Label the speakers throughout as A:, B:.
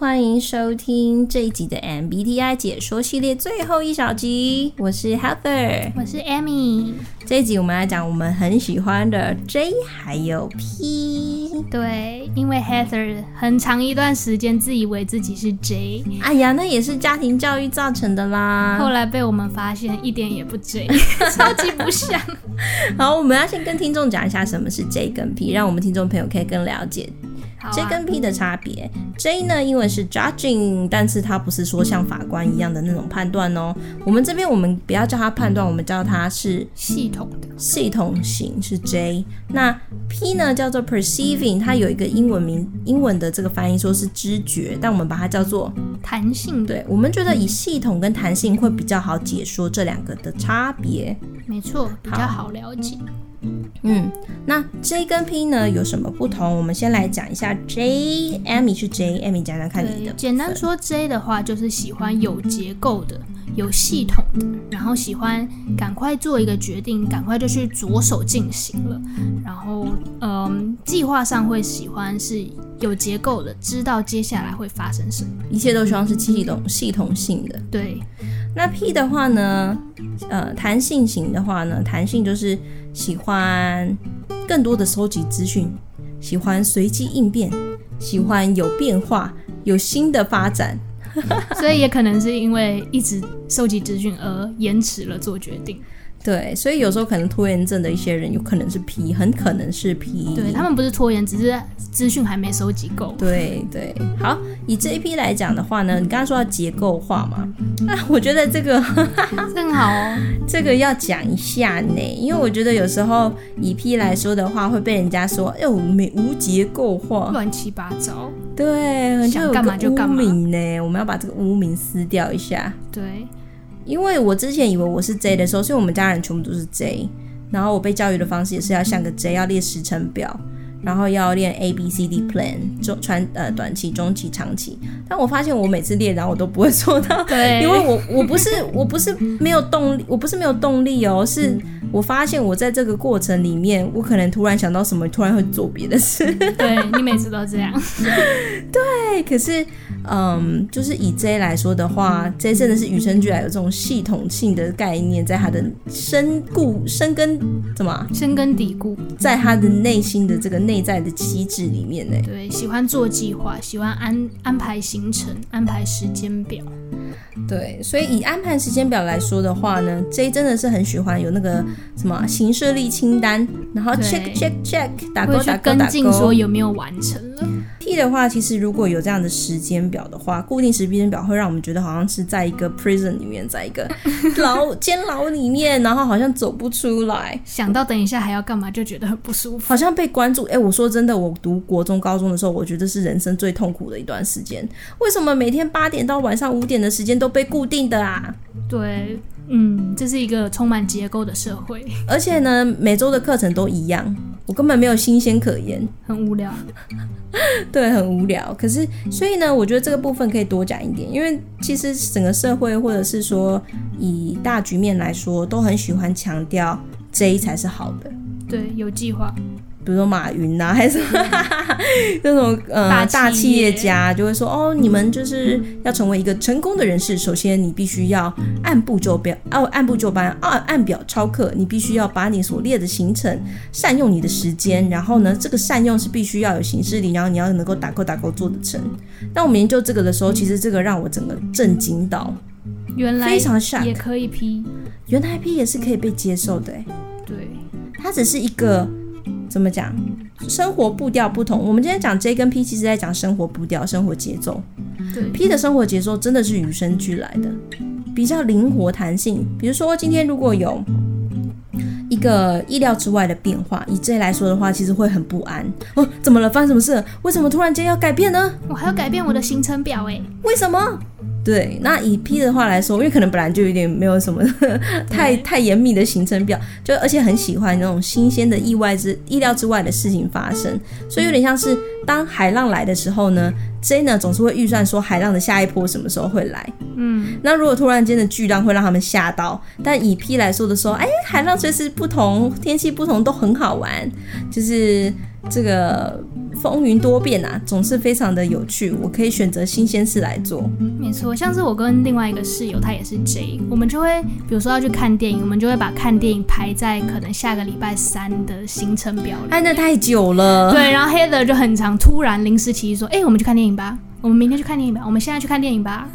A: 欢迎收听这一集的 MBTI 解说系列最后一小集。我是 Heather，
B: 我是 Amy。
A: 这一集我们来讲我们很喜欢的 J 还有 P。
B: 对，因为 Heather 很长一段时间自以为自己是 J，
A: 哎呀，那也是家庭教育造成的啦。
B: 后来被我们发现一点也不 J，超 级不像。
A: 好，我们要先跟听众讲一下什么是 J 跟 P，让我们听众朋友可以更了解
B: 好
A: J
B: 啊
A: 跟 P 的差别。J 呢，因为是 judging，但是它不是说像法官一样的那种判断哦。我们这边我们不要叫它判断，我们叫它是
B: 系统的
A: 系统型是 J。那 P 呢叫做 perceiving，它有一个英文名，英文的这个翻译说是知觉，但我们把它叫做
B: 弹性的，
A: 对。我们觉得以系统跟弹性会比较好解说这两个的差别。
B: 没错，比较好了解。
A: 嗯，那 J 跟 P 呢有什么不同？我们先来讲一下 J，Amy 是 J，Amy 讲讲看你
B: 对
A: 的，。
B: 简单说 J 的话就是喜欢有结构的、有系统的，然后喜欢赶快做一个决定，赶快就去着手进行了。然后，嗯，计划上会喜欢是有结构的，知道接下来会发生什么。
A: 一切都希望是系统系统性的。
B: 对，
A: 那 P 的话呢，呃，弹性型的话呢，弹性就是喜欢更多的收集资讯，喜欢随机应变，喜欢有变化，有新的发展。
B: 所以也可能是因为一直收集资讯而延迟了做决定。
A: 对，所以有时候可能拖延症的一些人，有可能是 P，很可能是 P。
B: 对他们不是拖延，只是资讯还没收集 够。
A: 对对，好，以这一批来讲的话呢，你刚刚说要结构化嘛，那我觉得这个
B: 正好哦，
A: 这个要讲一下呢，因为我觉得有时候以 P 来说的话，会被人家说，哎呦，没无结构化，
B: 乱七八糟。
A: 对，很
B: 想干嘛就干嘛
A: 污名呢，我们要把这个污名撕掉一下。
B: 对，
A: 因为我之前以为我是 J 的时候，是因为我们家人全部都是 J，然后我被教育的方式也是要像个 J，要列时程表，然后要练 A B C D plan，中传呃短期、中期、长期。但我发现我每次列，然后我都不会做到，
B: 对，
A: 因为我我不是我不是没有动力，我不是没有动力哦，是我发现我在这个过程里面，我可能突然想到什么，突然会做别的事。
B: 对你每次都这样。
A: 对，可是，嗯，就是以 J 来说的话，J 真的是与生俱来有这种系统性的概念，在他的深固、深根怎么啊，
B: 深根蒂固，
A: 在他的内心的这个内在的机制里面呢。
B: 对，喜欢做计划，喜欢安安排行程，安排时间表，
A: 对，所以以安排时间表来说的话呢，J 真的是很喜欢有那个什么啊行事历清单，然后
B: 对
A: check check check 打勾
B: 会去
A: 打勾
B: 跟
A: 打
B: 进说
A: 勾。
B: 有没有完成了。
A: P 的话，其实如果有这样的时间表的话，固定时间表会让我们觉得好像是在一个 prison 里面，在一个 牢监牢里面，然后好像走不出来，
B: 想到等一下还要干嘛，就觉得很不舒 服。
A: 好像被关注。哎、我说真的，我读国中、高中的时候，我觉得是人生最痛苦的一段时间。为什么每天八点到晚上五点的时间都被固定的啊？
B: 对，嗯，这是一个充满结构的社会，
A: 而且呢，每周的课程都一样，我根本没有新鲜可言。
B: 很无聊。
A: 对，很无聊。可是，所以呢，我觉得这个部分可以多讲一点，因为其实整个社会或者是说以大局面来说，都很喜欢强调 J 才是好的，
B: 对，有计划，
A: 比如说马云呐、还是 那种呃
B: 嗯大企业嗯
A: 企业家，就会说哦，你们就是要成为一个成功的人士，首先你必须要按部就表，哦，按部就班，按按表超课，你必须要把你所列的行程善用你的时间，然后呢，这个善用是必须要有行事力，然后你要能够打勾打勾做得成。当我们研究这个的时候，其实这个让我整个震惊到，
B: 原来
A: 非常 shock，
B: 也可以批。
A: 原来 P 也是可以被接受的、欸，
B: 对，
A: 它只是一个怎么讲，生活步调不同。我们今天讲 J 跟 P，其实在讲生活步调、生活节奏。
B: 对，
A: P 的生活节奏真的是与生俱来的，比较灵活弹性。比如说今天如果有一个意料之外的变化，以 J 来说的话，其实会很不安。哦，怎么了？发生什么事了？为什么突然间要改变呢？
B: 我还要改变我的行程表哎。
A: 为什么？对，那以 P 的话来说，因为可能本来就有点没有什么 太太严密的行程表，就而且很喜欢那种新鲜的意外之意料之外的事情发生，所以有点像是当海浪来的时候呢，J 呢总是会预算说海浪的下一波什么时候会来。
B: 嗯，
A: 那如果突然间的巨浪会让他们吓到，但以 P 来说的时候，哎，海浪随时不同，天气不同都很好玩，就是这个风云多变啊，总是非常的有趣。我可以选择新鲜事来做。
B: 没错，像是我跟另外一个室友，他也是 J，我们就会比如说要去看电影，我们就会把看电影排在可能下个礼拜三的行程表里。
A: 哎，那太久了。
B: 对，然后 Heather 就很常突然临时起意说：“哎、我们去看电影吧，我们明天去看电影吧，我们现在去看电影吧。”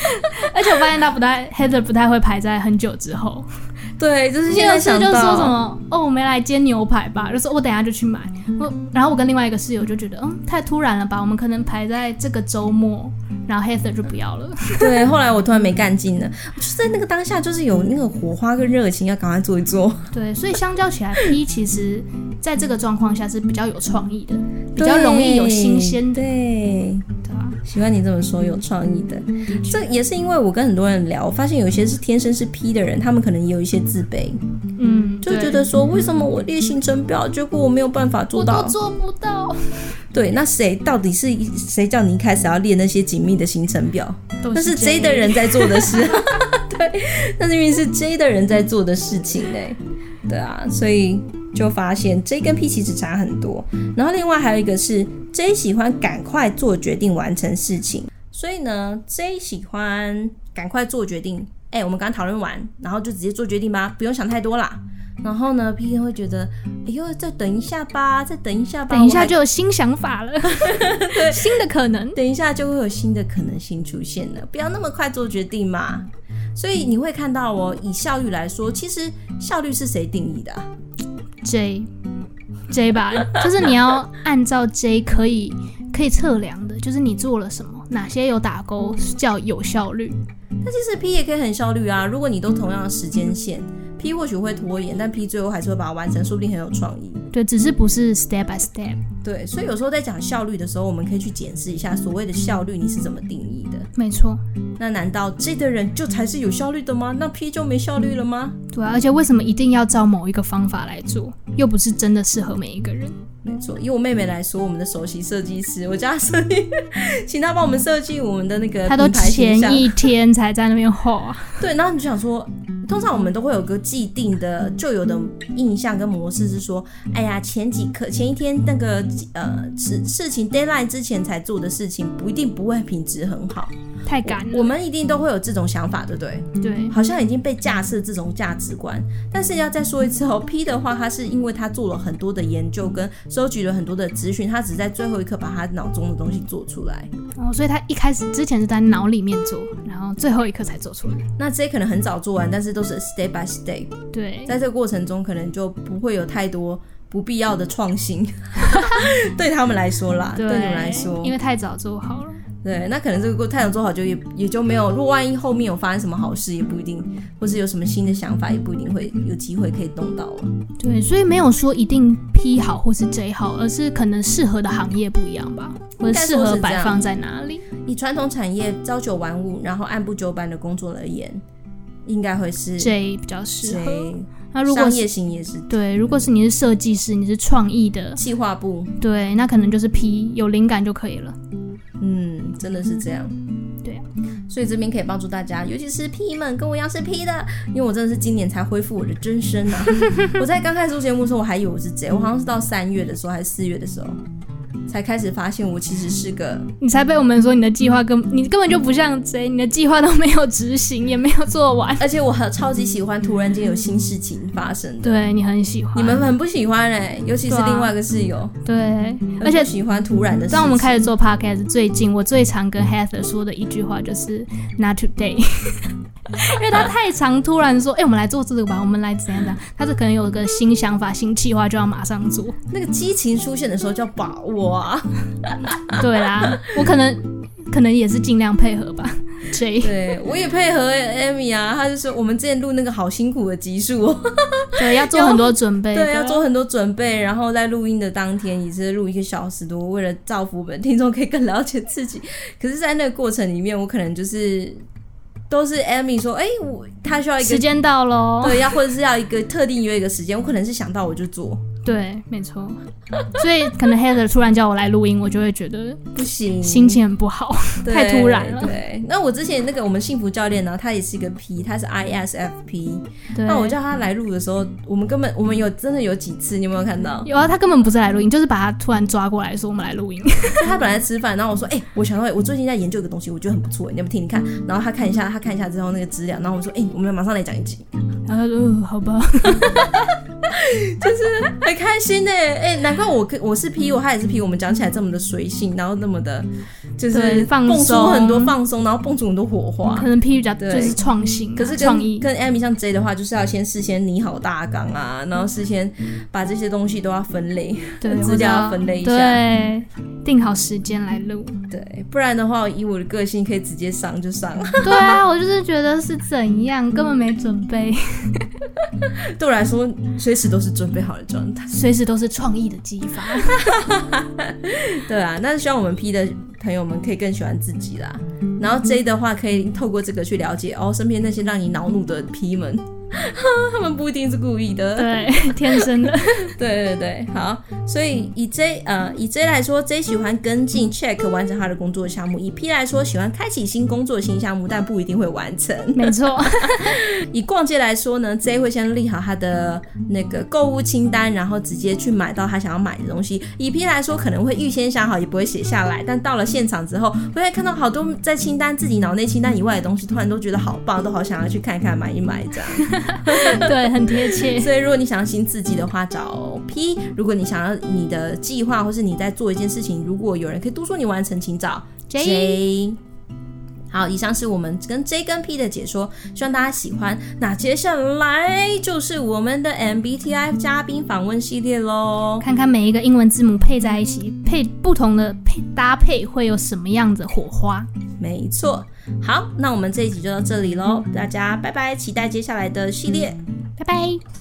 B: 而且我发现他不太 Heather 不太会排在很久之后，
A: 对，就是现
B: 有
A: 在
B: 一次
A: 想到。
B: 就说什么哦，我没来煎牛排吧，就说哦我等一下就去买。
A: 嗯
B: 我然后我跟另外一个室友就觉得，嗯，太突然了吧，我们可能排在这个周末，然后 Heather 就不要了。
A: 对，后来我突然没干劲了，就是在那个当下，就是有那个火花跟热情，要赶快做一做。
B: 对，所以相较起来，P 其实在这个状况下是比较有创意的， 比较容易有新鲜的，
A: 对，
B: 对吧？
A: 喜欢你这么说，有创意的。
B: 嗯
A: 这也是因为我跟很多人聊，我发现有一些是天生是 P 的人，他们可能也有一些自卑，
B: 嗯，
A: 就觉
B: 对
A: 得说为什么我列行程表，结果我没有办法做
B: 我都
A: 到。
B: 做不到，
A: 对，那谁到底是谁叫你一开始要列那些紧密的行程表？
B: 都
A: 那是
B: J
A: J 的人在做的 事，对，那是因为是 J 的人在做的事情呢、对啊，所以就发现 J 跟 P 其实差很多。然后另外还有一个是 J 喜欢赶快做决定完成事情，所以呢，J 喜欢赶快做决定。哎、我们刚刚讨论完，然后就直接做决定吧，不用想太多啦。然后呢，P 会觉得，哎呦，再等一下吧，再等一下吧，
B: 等一
A: 我
B: 下
A: 还
B: 就有新想法了， 新的可能。
A: 等一下就会有新的可能性出现了，不要那么快做决定嘛。所以你会看到哦，以效率来说，其实效率是谁定义的啊、
B: J J 吧，就是你要按照 J 可以可以测量的，就是你做了什么，哪些有打勾叫有效率。
A: 那其实 P 也可以很效率啊，如果你都同样的时间线，P 或许会拖延，但 P 最后还是会把它完成，说不定很有创意。
B: 对，只是不是 step by step，
A: 对，所以有时候在讲效率的时候，我们可以去检视一下所谓的效率你是怎么定义的。
B: 没错。
A: 那难道 J 的人就才是有效率的吗？那 P 就没效率了吗？
B: 对啊，而且为什么一定要照某一个方法来做，又不是真的适合每一个人？
A: 没错，以我妹
B: 嗯
A: 妹来说，我们的首席设计师，我叫她设计， 请她帮我们设计我们的那个
B: 他都
A: 呃品牌
B: 前
A: 形象。
B: 一天才在那边画，
A: 对，然后你就想说，通常我们都会有个既定的旧有的印象跟模式是说，哎呀，前几刻前一天那个呃事事情 deadline 之前才做的事情，不一定不会品质很好。
B: 太赶
A: 我
B: 了。
A: 们一定都会有这种想法，对不对？
B: 对，
A: 好像已经被架设这种价值观。但是要再说一次哦，P 的话，他是因为他做了很多的研究跟收集了很多的资讯，他只在最后一刻把他脑中的东西做出来。
B: 哦，所以他一开始之前是在脑里面做，然后最后一刻才做出来。
A: 那这些可能很早做完，但是都是 step by step，
B: 对，
A: 在这个过程中可能就不会有太多不必要的创新， 对他们来说啦，对你们来说
B: 因，为太早做好了。
A: 对，那可能这个过太早做好就也也就没有，如果万一后面有发生什么好事，也不一定，或是有什么新的想法，也不一定会有机会可以动到哦了。
B: 对，所以没有说一定 P 好或是 J 好，而是可能适合的行业不一样吧，或者适合摆放在哪里。
A: 以传统产业朝九晚五，然后按部就班的工作而言，应该会是
B: J 比较适合。
A: 谁？
B: 啊那如果
A: 商
B: 是
A: 业型也是
B: 对，如果是你是设计师，你是创意的，
A: 计划部，
B: 对，那可能就是 P 有灵感就可以了。
A: 嗯，真的是这样。
B: 对啊，
A: 所以这边可以帮助大家，尤其是 P 们跟我一样是 P 的，因为我真的是今年才恢复我的真身啊！ 我在刚开始做节目的时候，我还以为我是 J，我好像是到三月的时候还是四月的时候，才开始发现我其实是个
B: 你才被我们说你的计划根，你根本就不像 J，你的计划都没有执行，也没有做完。
A: 而且我很超级喜欢突然间有新事情发生的。
B: 对你很喜欢
A: 你们很不喜欢哎、尤其是
B: 对啊
A: 另外一个室友，
B: 对，而
A: 而且
B: 且
A: 喜欢突然的事情。
B: 当我们开始做 podcast 最近，我最常跟 Heather 说的一句话就是 “Not today”，因为他太常突然 说：“哎、我们来做这个吧，我们来怎样怎样。”他是可能有个新想法、新计划就要马上做。
A: 那个激情出现的时候就要把握啊！
B: 对啦，我可能可能也是尽量配合吧。J，
A: 对我也配合 Amy 啊，她就说我们之前录那个好辛苦的集数哦，
B: 对，要做很多准 备，
A: 对，要做很多准备，然后在录音的当天也是录一个小时多，为了造福我们听众可以更了解自己。可是，在那个过程里面，我可能就是都是 Amy 说，哎、我她需要一
B: 时
A: 个
B: 间到喽。
A: 对，要或者是要一个特定约一个时间，我可能是想到我就做，
B: 对，没错。所以可能 Heather 突然叫我来录音，我就会觉得
A: 不行，
B: 心情很不好。
A: 对
B: 太突然了
A: 对，那我之前那个我们幸福教练呢、他也是一个 P，他是 ISFP。
B: 对，
A: 那我叫他来录的时候，我们根本我们有真的有几次，你有没有看 到？
B: 有啊，他根本不是来录音，就是把他突然抓过来说我们来录音。
A: 就他本来吃饭，然后我说，哎、我想到我最近在研究一个东西，我觉得很不错，你要不要听听 看？然后他看一下，他看一下之后那个资料，然后我说，哎、我们马上来讲一集，
B: 然后他说、嗯，好吧，
A: 很开心呢、哎、难怪我跟我是 P，我他也是 P，我们讲起来这么的随性，然后那么的，就是
B: 对放
A: 蹦出
B: 松
A: 很多放松，然后蹦出很多火花。
B: 可能 P 比较
A: 对
B: 就是创新啊、
A: 可是
B: 创
A: 跟
B: 意。
A: 跟 Amy 像 J 的话，就是要先事先拟好大纲啊，然后事先把这些东西都要分类，
B: 对，
A: 资
B: 我知
A: 料
B: 道
A: 要分类一下
B: 对，定好时间来录。
A: 对，不然的话，以我的个性可以直接上就上。
B: 对啊，我就是觉得是怎样，根本没准备，
A: 对我来说，随时都是准备好的状态。
B: 随时都是创意的激 发。
A: 对啊，那希望我们 P 的朋友们可以更喜欢自己啦。然后 J 的话，可以透过这个去了解哦，身边那些让你恼怒的 P 们， 他们不一定是故意的。
B: 对，天生的。
A: 对对对，好，所以以 J 呃以 J 来说，J 喜欢跟进 check 完成他的工作项目；以 P 来说，喜欢开启新工作新项目，但不一定会完成。
B: 没错，
A: 以逛街来说呢，J 会先列好他的那个购物清单，然后直接去买到他想要买的东西。以 P 哎来说，可能会预先想好，也不会写下来，但到了现场之后，会看到好多在清单自己脑内清单以外的东西，突然都觉得好棒，都好想要去看看买一买这样。
B: 对，很贴 切。
A: 所以，如果你想要新刺激的话，找 P；如果你想要你的计划或是你在做一件事情，如果有人可以督促你完成，请找
B: J
A: 好，以上是我们跟 J 跟 P 的解说，希望大家喜欢。那接下来就是我们的 MBTI 嘉宾访问系列喽。
B: 看看每一个英文字母配在一起，配不同的配搭配会有什么样的火花？
A: 没错，好，那我们这一集就到这里喽，大家拜拜，期待接下来的系列。
B: 拜拜。